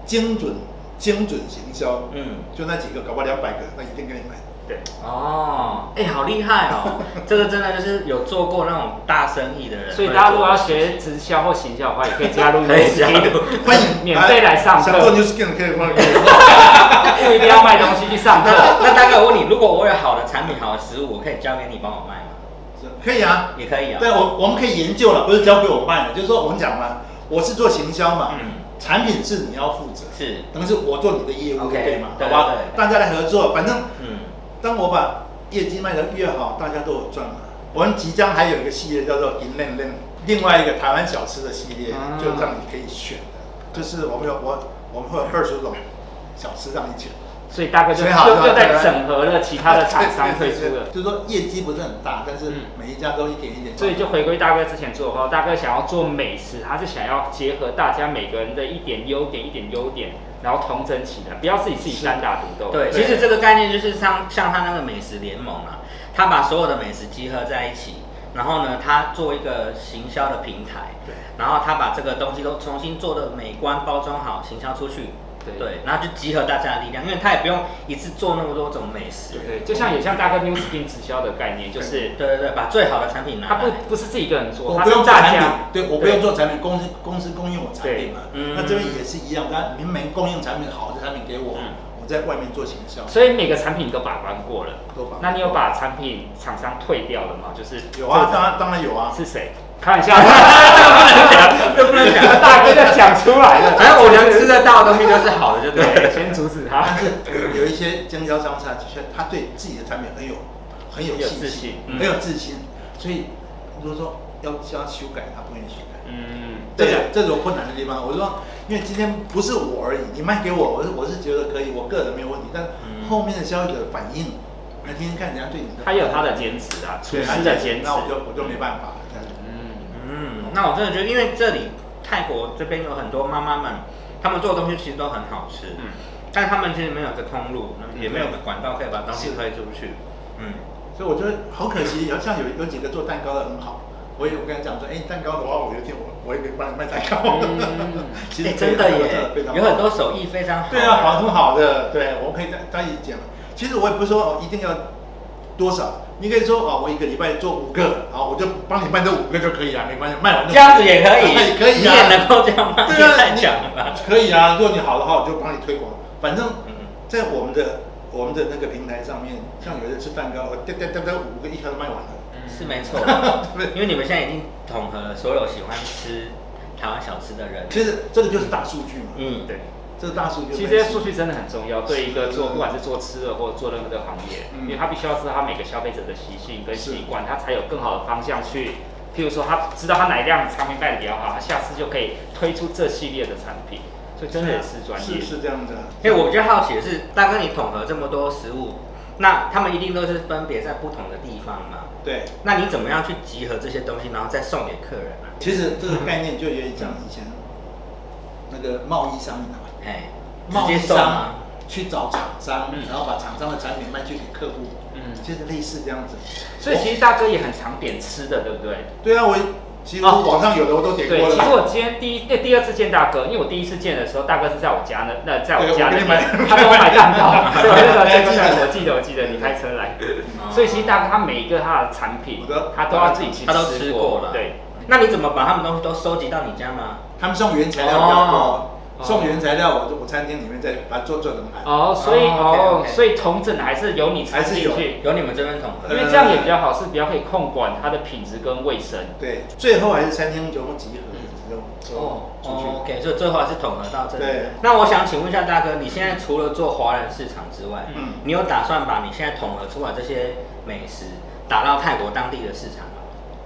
Speaker 3: 精准精准行销，
Speaker 2: 嗯，
Speaker 3: 就那几个，搞不好两百个，那一定给你买。
Speaker 4: 对，
Speaker 2: 哦，哎、好厉害哦！这个真的就是有做过那种大生意的人，
Speaker 4: 所以大家如果要学直销或行销的话，也可以加入
Speaker 2: 可以加入
Speaker 3: 欢迎
Speaker 4: 嗯免费来上课
Speaker 3: 想做 New Skin 可以欢迎。
Speaker 4: 不一定要卖东西去上
Speaker 2: 那
Speaker 4: 课。
Speaker 2: 那大概我问你，如果我有好的产品、好的食物，我可以交给你帮我卖吗？
Speaker 3: 可以啊，
Speaker 2: 也可以啊、
Speaker 3: 对我我们可以研究了，不是交给我卖的，就是说我们讲嘛，我是做行销嘛，
Speaker 2: 嗯
Speaker 3: 产品是你要负责，
Speaker 2: 是，
Speaker 3: 等于是我做你的业务
Speaker 2: OK，
Speaker 3: 对吗？
Speaker 2: 对
Speaker 3: 好吧
Speaker 2: 对，对
Speaker 3: 大家来合作，反正
Speaker 2: 嗯，
Speaker 3: 当我把业绩卖得越好，大家都有赚嘛。我们即将还有一个系列叫做“银链链”，另外一个台湾小吃的系列，
Speaker 4: 啊
Speaker 3: 就让你可以选的，就是我们有我我们会有二十种小吃让你选。
Speaker 4: 所以大哥就
Speaker 3: 所以好
Speaker 4: 又
Speaker 3: 对
Speaker 4: 又在
Speaker 3: 对。
Speaker 4: 整合了其他的厂商推出了
Speaker 3: 就是说业绩不是很大，但是每一家都一点一点。
Speaker 4: 所以就回归大哥之前做的话，大哥想要做美食，他是想要结合大家每个人的一点优点、一点优点，然后同整起来，不要自己自己单打独斗。
Speaker 2: 对，其实这个概念就是像像他那个美食联盟啊，他把所有的美食集合在一起，然后呢，他做一个行销的平台，
Speaker 3: 对
Speaker 2: 然后他把这个东西都重新做的美观包装好，行销出去，
Speaker 4: 对
Speaker 2: 对，然后就集合大家的力量，因为他也不用一次做那么多种美食，
Speaker 4: 对，就像也像大哥 New Skin 直销的概念，就是
Speaker 2: 对对对，把最好的产品拿
Speaker 4: 他
Speaker 2: 来
Speaker 4: 不，不是自己一个人做，
Speaker 3: 我
Speaker 4: 他
Speaker 3: 不
Speaker 4: 是
Speaker 3: 用做
Speaker 4: 大
Speaker 3: 产品
Speaker 4: 家，
Speaker 3: 对我不用做产品，公司公司供应我产品嘛
Speaker 2: 对嗯。
Speaker 3: 那这边也是一样，但明明供应产品好的产品给我
Speaker 4: 嗯，
Speaker 3: 我在外面做行销。
Speaker 4: 所以每个产品都把关过了
Speaker 3: 都把。关
Speaker 4: 那你有把产品厂商退掉了吗？就是
Speaker 3: 有啊，当然当然有啊。
Speaker 4: 是谁？开玩笑，这不能讲， 这不能讲，大哥就讲出来了。
Speaker 2: 反正我能吃得到的东西就是好的，就对了。
Speaker 4: 对，先阻止
Speaker 3: 但
Speaker 4: 他。
Speaker 3: 是有一些经销商他确他对自己的产品很有很有
Speaker 4: 有
Speaker 3: 信
Speaker 4: 自
Speaker 3: 心
Speaker 4: 信，
Speaker 2: 嗯
Speaker 3: 很有自信，所以如果说要要修改，他不愿意修改。
Speaker 4: 嗯，
Speaker 3: 这
Speaker 2: 对
Speaker 3: 个这是我困难的地方。我说，因为今天不是我而已，你卖给我，我是我是觉得可以，我个人没有问题，但是
Speaker 2: 嗯
Speaker 3: 后面的消费者反应，来听听看人家对你的，
Speaker 4: 他也有他的坚持啊，厨
Speaker 3: 对他
Speaker 4: 师的坚持。
Speaker 3: 那我就我就没办法了。这样子
Speaker 4: 嗯，
Speaker 2: 嗯，那我真的觉得，因为这里泰国这边有很多妈妈们，她们做的东西其实都很好吃，
Speaker 4: 嗯
Speaker 2: 但是她们其实没有个通路，也没有个管道可以把东西
Speaker 3: 嗯是
Speaker 2: 推出去。嗯，
Speaker 3: 所以我觉得好可惜，有像有有几个做蛋糕的很好，我也我跟他讲说，哎，蛋糕的话，我有一天我我也可以帮你卖蛋糕。
Speaker 4: 嗯
Speaker 3: 其实
Speaker 2: 哎真的
Speaker 3: 非常非
Speaker 2: 耶，
Speaker 3: 常
Speaker 2: 有很多手艺非常好。
Speaker 3: 对啊，好很好的，对我可以再再一讲。其实我也不是说哦一定要多少，你可以说哦，我一个礼拜做五个，好，我就帮你卖这五个就可以了，没关系，卖完就
Speaker 2: 这样子也可以，
Speaker 3: 也可以
Speaker 2: 你
Speaker 3: 啊，
Speaker 2: 也能够这样卖，
Speaker 3: 对啊，
Speaker 2: 太
Speaker 3: 你
Speaker 2: 强了 吧。
Speaker 3: 可以啊，如果你好的话，我就帮你推广。反正
Speaker 2: 嗯
Speaker 3: 在我们的我们的那个平台上面，像有人吃蛋糕，哦我噔噔噔噔五个一条都卖完了。
Speaker 2: 是没错， 因为你们现在已经统合了所有喜欢吃台湾小吃的人。
Speaker 3: 其实这个就是大数据嘛，
Speaker 2: 嗯，
Speaker 4: 对，
Speaker 3: 这个大数据
Speaker 4: 其
Speaker 3: 分析
Speaker 4: 实这些数据真的很重要，对一个做不管是做吃的或做任何的行业，
Speaker 3: 嗯
Speaker 4: 因为他必须要知道他每个消费者的习性跟
Speaker 3: 是
Speaker 4: 习惯，他才有更好的方向去。譬如说，他知道他哪一辆产品卖的比较好，他下次就可以推出这系列的产品，所以真的也是专业。
Speaker 3: 是是这样子啊。
Speaker 2: 因哎为我比较好奇的是，大哥你统合这么多食物，那他们一定都是分别在不同的地方嘛？
Speaker 3: 对，
Speaker 2: 那你怎么样去集合这些东西，然后再送给客人啊？
Speaker 3: 其实这个概念就有点像以前那个贸易商银行。
Speaker 2: 哎，直
Speaker 3: 贸
Speaker 2: 接
Speaker 3: 易
Speaker 2: 送
Speaker 3: 商
Speaker 2: 啊？
Speaker 3: 去找厂商
Speaker 4: 嗯，
Speaker 3: 然后把厂商的产品卖去给客户，
Speaker 4: 嗯
Speaker 3: 就是类似这样子。
Speaker 4: 所以其实大哥也很常点吃的，对不对？
Speaker 3: 对啊，我其实
Speaker 4: 哦
Speaker 3: 网上有的我都点
Speaker 4: 对，
Speaker 3: 过
Speaker 4: 其实
Speaker 3: 了。
Speaker 4: 我今天第一、哎第二次见大哥，因为我第一次见的时候，大哥是在我家那那在我
Speaker 3: 对
Speaker 4: 家
Speaker 3: 我
Speaker 4: 那
Speaker 3: 给
Speaker 4: 边
Speaker 3: 你买，
Speaker 4: 他跟我买蛋糕，所以我就说这个
Speaker 3: 记得
Speaker 4: 我记得我记得你开车来，
Speaker 2: 哦
Speaker 4: 所以其实大哥他每一个他的产品
Speaker 3: 我的，
Speaker 4: 他都要自己去
Speaker 2: 他都吃过了
Speaker 4: 对，
Speaker 2: 那你怎么把他们东西都收集到你家吗？
Speaker 3: 他们送原材料比较
Speaker 2: 哦
Speaker 3: 多，送原材料我就我餐厅里面再把它做做成盘。
Speaker 4: 哦，所以
Speaker 2: 哦
Speaker 4: 哦，
Speaker 2: ，OK，OK
Speaker 4: 所以同整还是由你参
Speaker 3: 还是
Speaker 4: 进
Speaker 3: 有
Speaker 4: 去，
Speaker 2: 有你们这边统合
Speaker 4: 因为这样也比较好，是比较可以控管它的品质跟卫生。
Speaker 3: 对，最后还是餐厅全部集合，之后
Speaker 2: 哦
Speaker 3: 出去。
Speaker 2: ，OK，所以最后还是统合到这里。
Speaker 3: 对
Speaker 2: 那我想请问一下大哥，你现在除了做华人市场之外，
Speaker 4: 嗯
Speaker 2: 你有打算把你现在统合出来这些美食打到泰国当地的市场吗？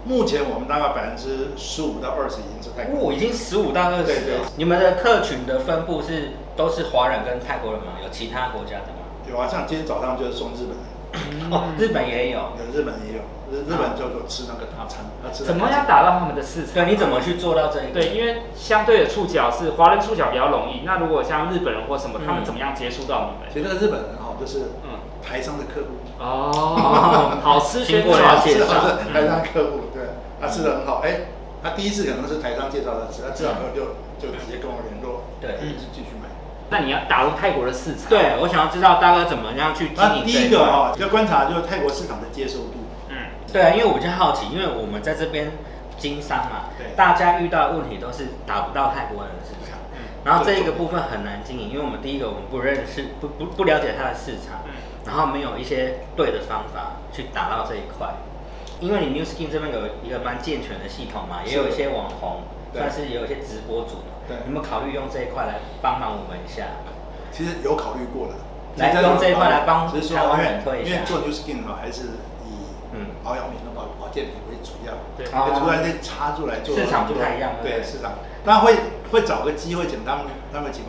Speaker 3: 目前我们大概百分之十五到二十已经是在
Speaker 2: 哦，已经十五到二
Speaker 3: 对
Speaker 2: 十
Speaker 3: 对
Speaker 2: 了。你们的客群的分布是都是华人跟泰国人吗？有其他国家的吗？
Speaker 3: 有啊，像今天早上就是送日本人，
Speaker 2: 哦，日本也有。
Speaker 3: 有日本也有，日日
Speaker 2: 啊
Speaker 3: 本就有吃那个大餐，他吃那
Speaker 4: 怎
Speaker 3: 个
Speaker 4: 么
Speaker 3: 大
Speaker 4: 样
Speaker 3: 餐
Speaker 4: 打到他们的市
Speaker 2: 对，
Speaker 4: 场？
Speaker 2: 你怎么去做到这一个？
Speaker 4: 对，因为相对的触角是华人触角比较容易，那如果像日本人或什么，他们
Speaker 2: 嗯
Speaker 4: 怎么样接触到你们？
Speaker 3: 其实那个日本人哈，就是
Speaker 4: 嗯，
Speaker 3: 台商的客户，
Speaker 4: 哦，好吃宣
Speaker 2: 经过了
Speaker 4: 传
Speaker 2: 解
Speaker 3: 是
Speaker 2: 介绍嗯
Speaker 3: 啊，是台商客户，对，他吃的很好，哎，他第一次可能是台商介绍的吃，他吃完以后就就直接跟我联络，
Speaker 2: 嗯对
Speaker 3: 就继续买。
Speaker 4: 那你要打入泰国的市场，
Speaker 2: 对，我想要知道大哥怎么样去经
Speaker 3: 那
Speaker 2: 营
Speaker 3: 第
Speaker 2: 这
Speaker 3: 一
Speaker 2: 一块
Speaker 3: 个啊哈，要观察就是泰国市场的接受度，
Speaker 4: 嗯，
Speaker 2: 对啊，因为我比较好奇，因为我们在这边经商嘛，
Speaker 3: 对
Speaker 2: 大家遇到的问题都是打不到泰国人的市场，
Speaker 4: 嗯
Speaker 2: 然后这
Speaker 3: 对
Speaker 2: 一个部分很难经营，因为我们第一个我们不认识，不不不了解它的市场，
Speaker 4: 嗯
Speaker 2: 然后没有一些对的方法去打到这一块。因为你 New Skin 这边有一个蛮健全的系统嘛，也有一些网红，
Speaker 3: 对
Speaker 2: 算是也有一些直播主嘛，
Speaker 3: 对哎
Speaker 2: 你们考虑用这一块来帮忙我们一下？
Speaker 3: 其实有考虑过了。
Speaker 2: 来用这一块来帮
Speaker 3: 只是说
Speaker 2: 台
Speaker 3: 因
Speaker 2: 湾
Speaker 3: 为
Speaker 2: 人推一下
Speaker 3: 因为做 New Skin 哈，还是
Speaker 2: 嗯
Speaker 3: 以保养品和保保健品为主要。
Speaker 4: 对
Speaker 2: 好哦
Speaker 3: 突然间插出来做
Speaker 2: 市场不太一样对不
Speaker 3: 对
Speaker 2: 对
Speaker 3: 市场，当然会会找个机会请他们他们几个，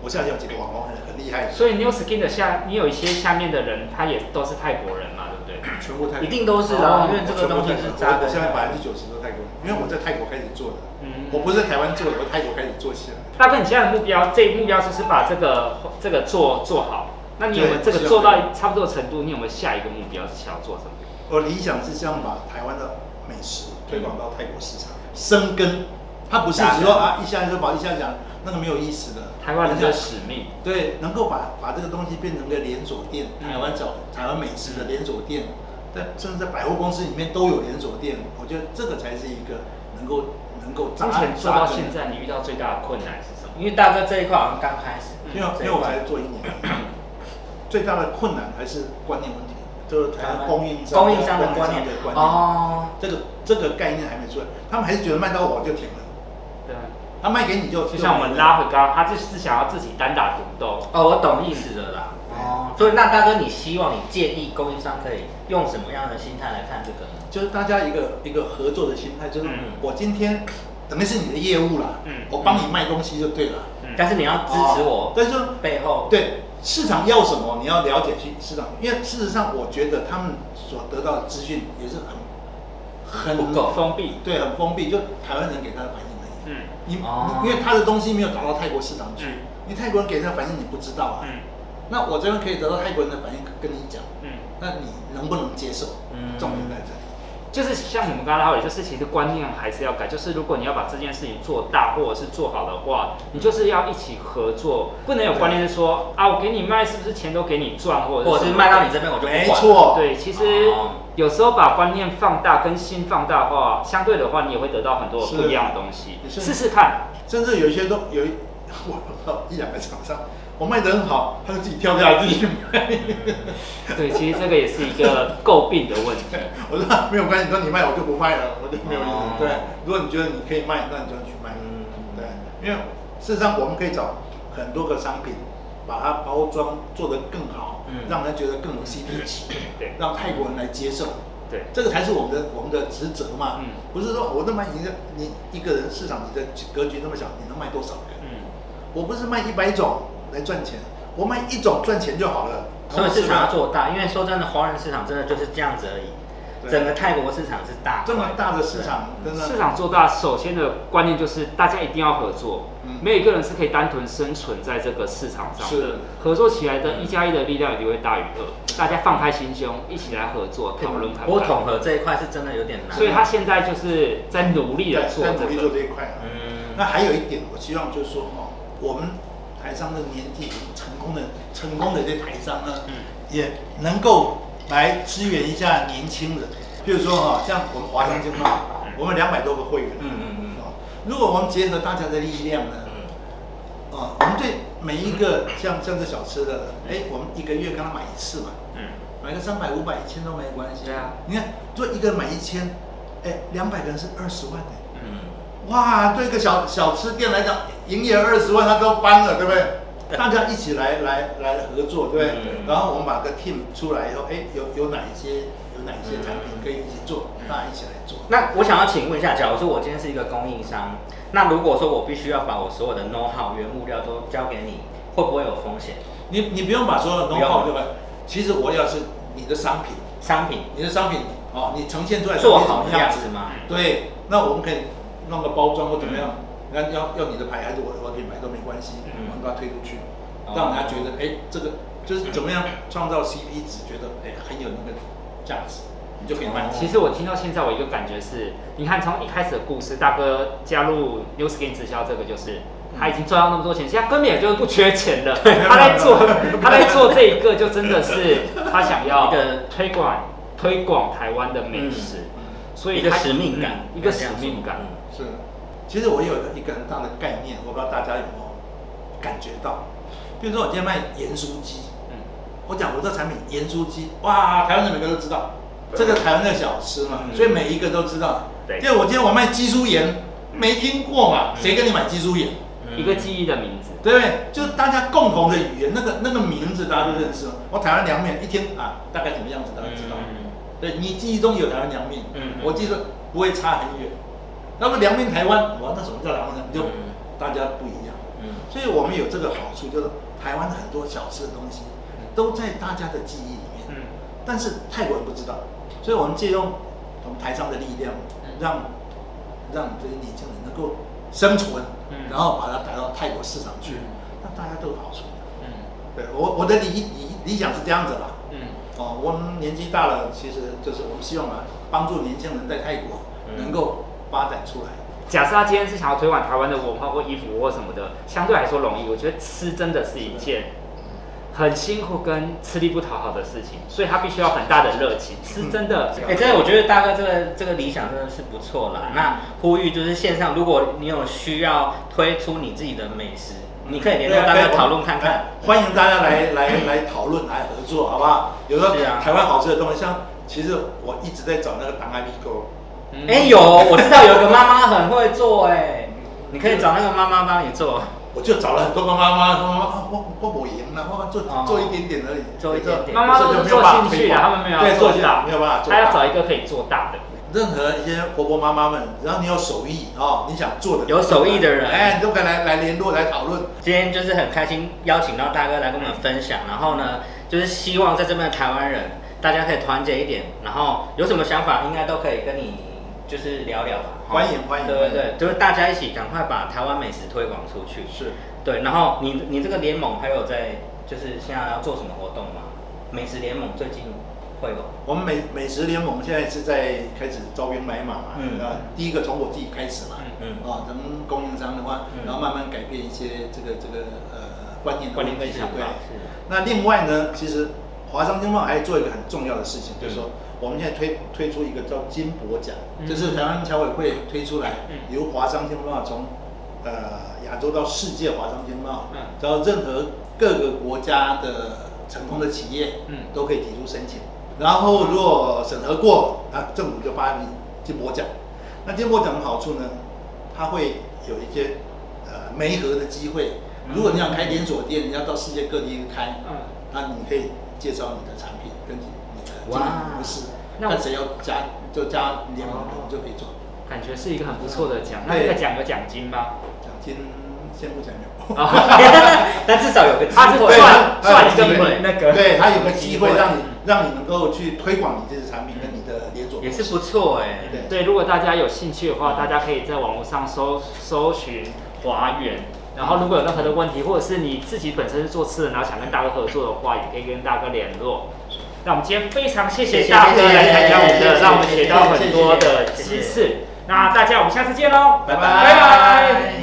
Speaker 3: 我现在有几个网红很很厉害，
Speaker 4: 所以 New Skin 的下，你有一些下面的人，他也都是泰国人嘛，对不对？
Speaker 3: 全部泰国
Speaker 2: 一定都是啊
Speaker 4: 哦，
Speaker 2: 因为这个东西是扎
Speaker 3: 我
Speaker 2: 根
Speaker 3: 我现在
Speaker 2: 的。
Speaker 3: 百分之九十都泰国人，因为我在泰国开始做的，
Speaker 4: 嗯
Speaker 3: 我不是在台湾做的，我泰国开始做起来。
Speaker 4: 大哥，你现在的目标，这一目标就是把这个这个做做好。那你有没有
Speaker 3: 对
Speaker 4: 这个
Speaker 3: 是啊
Speaker 4: 做到差不多的程度？你有没有下一个目标是想要做什么？
Speaker 3: 我理想是希望把台湾的美食推广到泰国市场，生根。它不是
Speaker 2: 扎根
Speaker 3: 说啊一下就把一下讲，那个没有意思的。
Speaker 4: 台湾人
Speaker 3: 人家
Speaker 4: 的使命，
Speaker 3: 对，能够把把这个东西变成个连锁店，
Speaker 4: 嗯
Speaker 3: 台湾找台湾美食的连锁店，在甚至在百货公司里面都有连锁店，我觉得这个才是一个能够能够扎
Speaker 4: 目前做
Speaker 3: 扎
Speaker 4: 到
Speaker 3: 根
Speaker 4: 现在，你遇到最大的困难是什么？
Speaker 2: 因为大哥这一块好像刚开始，嗯
Speaker 3: 因为因
Speaker 4: 嗯
Speaker 3: 为我才做一年，嗯最大的困难还是观念问题，就是台湾供应商
Speaker 4: 嗯
Speaker 2: 供应商的观念
Speaker 3: 的观念，
Speaker 2: 哦，
Speaker 3: 这个这个概念还没出来，他们还是觉得卖到我就停了，
Speaker 4: 对啊，
Speaker 3: 他卖给你就
Speaker 4: 就像我们拉回刚刚，他就是想要自己单打独斗。
Speaker 2: 哦，我懂意思了啦。
Speaker 3: 对
Speaker 2: 哦，所以那大哥，你希望你建议供应商可以用什么样的心态来看这个呢？
Speaker 3: 就是大家一个一个合作的心态，就是
Speaker 4: 嗯
Speaker 3: 我今天等于是你的业务啦，
Speaker 4: 嗯
Speaker 3: 我帮你卖东西就对了，
Speaker 4: 嗯
Speaker 2: 但是你要支持我
Speaker 3: 哦但是
Speaker 2: 背后，
Speaker 3: 对市场要什么，你要了解去市场，因为事实上我觉得他们所得到的资讯也是很很
Speaker 2: 不够
Speaker 4: 封闭，
Speaker 3: 对，很封闭，就台湾人给他的反应而已。
Speaker 4: 嗯
Speaker 3: 你
Speaker 2: 哦
Speaker 3: 你因为他的东西没有达到泰国市场去
Speaker 4: 嗯，
Speaker 3: 你泰国人给他的反应你不知道啊。
Speaker 4: 嗯
Speaker 3: 那我这边可以得到泰国人的反应跟你讲，
Speaker 4: 嗯，
Speaker 3: 那你能不能接受？
Speaker 2: 嗯
Speaker 3: 重点在这里。
Speaker 4: 就是像我们刚刚拉回，就是其实观念还是要改，就是如果你要把这件事情做大或者是做好的话，你就是要一起合作，不能有观念是说啊，我给你卖是不是钱都给你赚，或
Speaker 2: 嗯
Speaker 4: 者
Speaker 2: 或者
Speaker 4: 什
Speaker 2: 是
Speaker 4: 么
Speaker 2: 卖到你这边我就不
Speaker 3: 没
Speaker 2: 管。
Speaker 3: 错，
Speaker 4: 对，其实
Speaker 2: 哦
Speaker 4: 有时候把观念放大跟心放大的话，相对的话，你也会得到很多不一样的东西。
Speaker 3: 是
Speaker 4: 试试看，
Speaker 3: 甚至有一些都有一 我不知道一两个厂商，我卖得很好，他就自己跳下来自己去卖。
Speaker 4: 对，其实这个也是一个诟病的问题。
Speaker 3: 我说啊没有关系，你说你卖我就不卖了，我就没有意思。
Speaker 2: 哦
Speaker 3: 对，如果你觉得你可以卖，那你就去卖。
Speaker 2: 嗯
Speaker 3: 对，因为事实上我们可以找很多个商品，把它包装做得更好，
Speaker 2: 嗯
Speaker 3: 让人觉得更有 CP 值，
Speaker 4: 对
Speaker 3: 让泰国人来接受，
Speaker 4: 对
Speaker 3: 这个才是我们的我们的职责嘛。
Speaker 4: 嗯
Speaker 3: 不是说哦我那么你的你一个人市场你的格局那么小，你能卖多少个？
Speaker 4: 嗯，
Speaker 3: 我不是卖一百种来赚钱，我卖一种赚钱就好了。哦
Speaker 2: 所以市场要做大，因为说真的，华人市场真的就是这样子而已。
Speaker 3: 对
Speaker 2: 整个泰国市场是大，
Speaker 3: 这么大的市场，真的
Speaker 4: 市场做大，首先的观念就是大家一定要合作，
Speaker 3: 嗯
Speaker 4: 没有一个人是可以单纯生存在这个市场上
Speaker 3: 是嗯
Speaker 4: 的。合作起来的一加一的力量一定会大于二，大家放开心胸，一起来合作讨论看
Speaker 2: 不过
Speaker 4: 看。
Speaker 2: 统合这一块是真的有点难。
Speaker 4: 所以他现在就是在努力
Speaker 3: 在
Speaker 4: 的做
Speaker 3: 在努力
Speaker 4: 这
Speaker 3: 做
Speaker 4: 个，
Speaker 3: 这一块啊。
Speaker 2: 嗯，
Speaker 3: 那还有一点，我希望就是说哦，我们台商的年纪成功的成功的这些台商呢，
Speaker 2: 嗯
Speaker 3: 也能够来支援一下年轻人。比如说哈、像我们华商经贸，我们两百多个会员，
Speaker 2: 嗯嗯嗯
Speaker 3: 哦，如果我们结合大家的力量呢，
Speaker 2: 嗯
Speaker 3: 啊、我们对每一个像像这小吃的，哎，我们一个月跟他买一次嘛，
Speaker 4: 嗯，
Speaker 3: 买个三百、五百、一千都没关系。
Speaker 4: 对啊，
Speaker 3: 你看，做一个人买一千，哎，两百个人是二十万哎。
Speaker 2: 嗯，
Speaker 3: 哇，对一个小小吃店来讲，营业二十万他都搬了，对不对？大家一起来来来合作，对不对？
Speaker 2: 嗯
Speaker 3: 然后我们把个 team 出来以后，哎，有有哪一些有哪一些产品可以一起做，大家一起来做。
Speaker 2: 那我想要请问一下，假如说我今天是一个供应商，那如果说我必须要把我所有的 know how 原物料都交给你，会不会有风险？
Speaker 3: 你你不用把所有的
Speaker 2: 不
Speaker 3: 弄
Speaker 2: 用
Speaker 3: 好，对吧？其实我要是你的商品，
Speaker 2: 商品
Speaker 3: 你的商品哦，你呈现出来
Speaker 2: 做
Speaker 3: 是
Speaker 2: 好的
Speaker 3: 什么样
Speaker 2: 样
Speaker 3: 子
Speaker 2: 子吗？
Speaker 3: 对，那我们可以弄个包装或怎么样，那要要你的牌还是我的我的品牌都没关系，
Speaker 2: 嗯
Speaker 3: 我们把它推出去，
Speaker 2: 哦
Speaker 3: 让人家觉得哎、这个就是怎么样创造 CP 值，觉得哎、很有那个价值，你就可以卖。
Speaker 2: 哦
Speaker 4: 其实我听到现在，我一个感觉是，你看从一开始的故事，大哥加入 New Skin 直销这个，就是
Speaker 2: 嗯
Speaker 4: 他已经赚到那么多钱，现在根本也就是不缺钱 了。他在做，他在做这一个，就真的是他想要
Speaker 2: 一个嗯
Speaker 4: 推广推广台湾的美食，所以
Speaker 2: 一个
Speaker 4: 他
Speaker 2: 使命感
Speaker 4: 嗯一个使命感。
Speaker 2: 嗯
Speaker 3: 是，其实我有一个一个很大的概念，我不知道大家有没有感觉到，比如说我今天卖盐酥鸡，
Speaker 4: 嗯，
Speaker 3: 我讲我这产品盐酥鸡，哇，台湾人每个都知道，这个台湾的小吃嘛，
Speaker 2: 嗯
Speaker 3: 所以每一个都知道。
Speaker 4: 对
Speaker 3: 因为我今天我卖鸡酥盐，没听过嘛，
Speaker 2: 嗯
Speaker 3: 谁跟你买鸡酥盐？
Speaker 2: 嗯
Speaker 4: 一个记忆的名字。
Speaker 3: 对不对？就是大家共同的语言，那个那个名字大家都认识嘛。
Speaker 2: 嗯
Speaker 3: 我台湾凉面一听啊，大概什么样子大家知道。对你记忆中有台湾凉面，
Speaker 2: 嗯
Speaker 3: 我记得不会差很远。那么凉面台湾，哇，那什么叫凉面台湾？就
Speaker 2: 嗯
Speaker 3: 大家不一样。
Speaker 2: 嗯
Speaker 3: 所以我们有这个好处，就是台湾的很多小吃的东西
Speaker 2: 嗯
Speaker 3: 都在大家的记忆里面。
Speaker 4: 嗯，
Speaker 3: 但是泰国人不知道，所以我们借用我们台上的力量，让让这些年轻人能够生存，
Speaker 4: 嗯
Speaker 3: 然后把它带到泰国市场去，那大家都有好处。
Speaker 4: 嗯
Speaker 3: 对我我的理理理想是这样子啦。
Speaker 4: 嗯，
Speaker 3: 哦，我们年纪大了，其实就是我们希望啊，帮助年轻人在泰国
Speaker 2: 嗯
Speaker 3: 能够发展出来。
Speaker 4: 假设他今天是想要推广台湾的文化或衣服或什么的，相对来说容易。我觉得吃真的是一件很辛苦跟吃力不讨好的事情，所以他必须要很大的热
Speaker 3: 嗯
Speaker 4: 情。吃真的，
Speaker 2: 哎、真的，我觉得大哥这个这个理想真的是不错
Speaker 3: 嗯
Speaker 2: 啦。那呼吁就是线上，如果你有需要推出你自己的美食，你可以联络大
Speaker 3: 对啊
Speaker 2: 家
Speaker 3: 对
Speaker 2: 讨论看看。
Speaker 3: 哎欢迎大家来来来讨论来合作，好不好？有时候
Speaker 2: 是啊
Speaker 3: 台湾好吃的东西，像其实我一直在找那个档案米沟。
Speaker 4: 嗯
Speaker 2: 哎、有，我知道有个妈妈很会做、哎，你可以找那个妈妈帮你做。
Speaker 3: 我就找了很多个妈妈，说妈妈啊，我我我赢了，我做
Speaker 2: 哦
Speaker 3: 做一点点而已，
Speaker 2: 做一点点
Speaker 4: 妈妈都是做兴趣啊的，他们没有
Speaker 3: 对
Speaker 4: 要
Speaker 3: 做
Speaker 4: 做
Speaker 3: 兴趣
Speaker 4: 大，
Speaker 3: 没有办法做
Speaker 4: 他要找
Speaker 3: 大。
Speaker 4: 一个可以做大的。
Speaker 3: 任何一些婆婆妈妈们，只要你有手艺哦，你想做的
Speaker 2: 有手艺的人哦
Speaker 3: 哎，你都可以来来联络来讨论。
Speaker 2: 今天就是很开心邀请到大哥来跟我们分享，然后呢，就是希望在这边的台湾人大家可以团结一点，然后有什么想法应该都可以跟你就是聊聊吧。
Speaker 3: 欢迎欢迎
Speaker 2: 对对对，就是大家一起赶快把台湾美食推广出去。
Speaker 3: 是，
Speaker 2: 对，然后你你这个联盟还有在就是现在要做什么活动吗？美食联盟最近会有，
Speaker 3: 我们美美食联盟现在是在开始招兵买马嘛，
Speaker 2: 嗯
Speaker 3: 啊，第一个从我自己开始嘛，
Speaker 4: 嗯
Speaker 2: 嗯
Speaker 3: 啊，咱们供应商的话，
Speaker 2: 嗯
Speaker 3: 然后慢慢改变一些这个这个呃观念的
Speaker 4: 观念
Speaker 3: 问题
Speaker 4: 跟想法
Speaker 2: 啊
Speaker 3: 对。
Speaker 2: 是
Speaker 3: 那另外呢，其实华商经贸还做一个很重要的事情，就是说我们现在推推出一个叫金箔奖，
Speaker 4: 嗯
Speaker 3: 就是台湾侨委会推出来，
Speaker 4: 嗯
Speaker 3: 由华商经贸从呃亚洲到世界华商经贸
Speaker 4: 嗯，
Speaker 3: 只要任何各个国家的成功的企业，
Speaker 4: 嗯
Speaker 3: 都可以提出申请。然后如果审核过，啊，政府就发你金箔奖。那金箔奖的好处呢，它会有一些呃媒合的机会，如果你想开连锁店，你要到世界各地开，
Speaker 4: 嗯，
Speaker 3: 那你可以介绍你的产品跟你的经
Speaker 2: 哇
Speaker 3: 营模式，
Speaker 4: 那我
Speaker 3: 看谁要加就加联盟的，你就可以做。
Speaker 4: 感觉是一个很不错的奖。那
Speaker 3: 对
Speaker 4: 再讲个奖金 吧。
Speaker 3: 奖金先不讲有，
Speaker 2: 但至少有个机
Speaker 4: 他是
Speaker 2: 会。
Speaker 4: 赚
Speaker 3: 对他有机
Speaker 4: 赚一个
Speaker 3: 会
Speaker 4: 那个，
Speaker 3: 对，它有个机会
Speaker 4: 机会
Speaker 3: 让你让你能够去推广你这个产品跟你的连锁模式，
Speaker 2: 也是不错哎、
Speaker 3: 对嗯
Speaker 4: 对，如果大家有兴趣的话，大家可以在网络上搜搜寻华远。然后如果有任何的问题，或者是你自己本身是做吃的，然后想跟大哥合作的话，也可以跟大哥联络。那我们今天非常谢谢大哥来参加我们
Speaker 3: 谢
Speaker 4: 的，
Speaker 3: 谢
Speaker 4: 让我们学到
Speaker 3: 谢谢
Speaker 4: 很多的
Speaker 2: 谢谢
Speaker 4: 知识。那大家我们下次见喽，
Speaker 3: 拜拜
Speaker 4: 拜拜。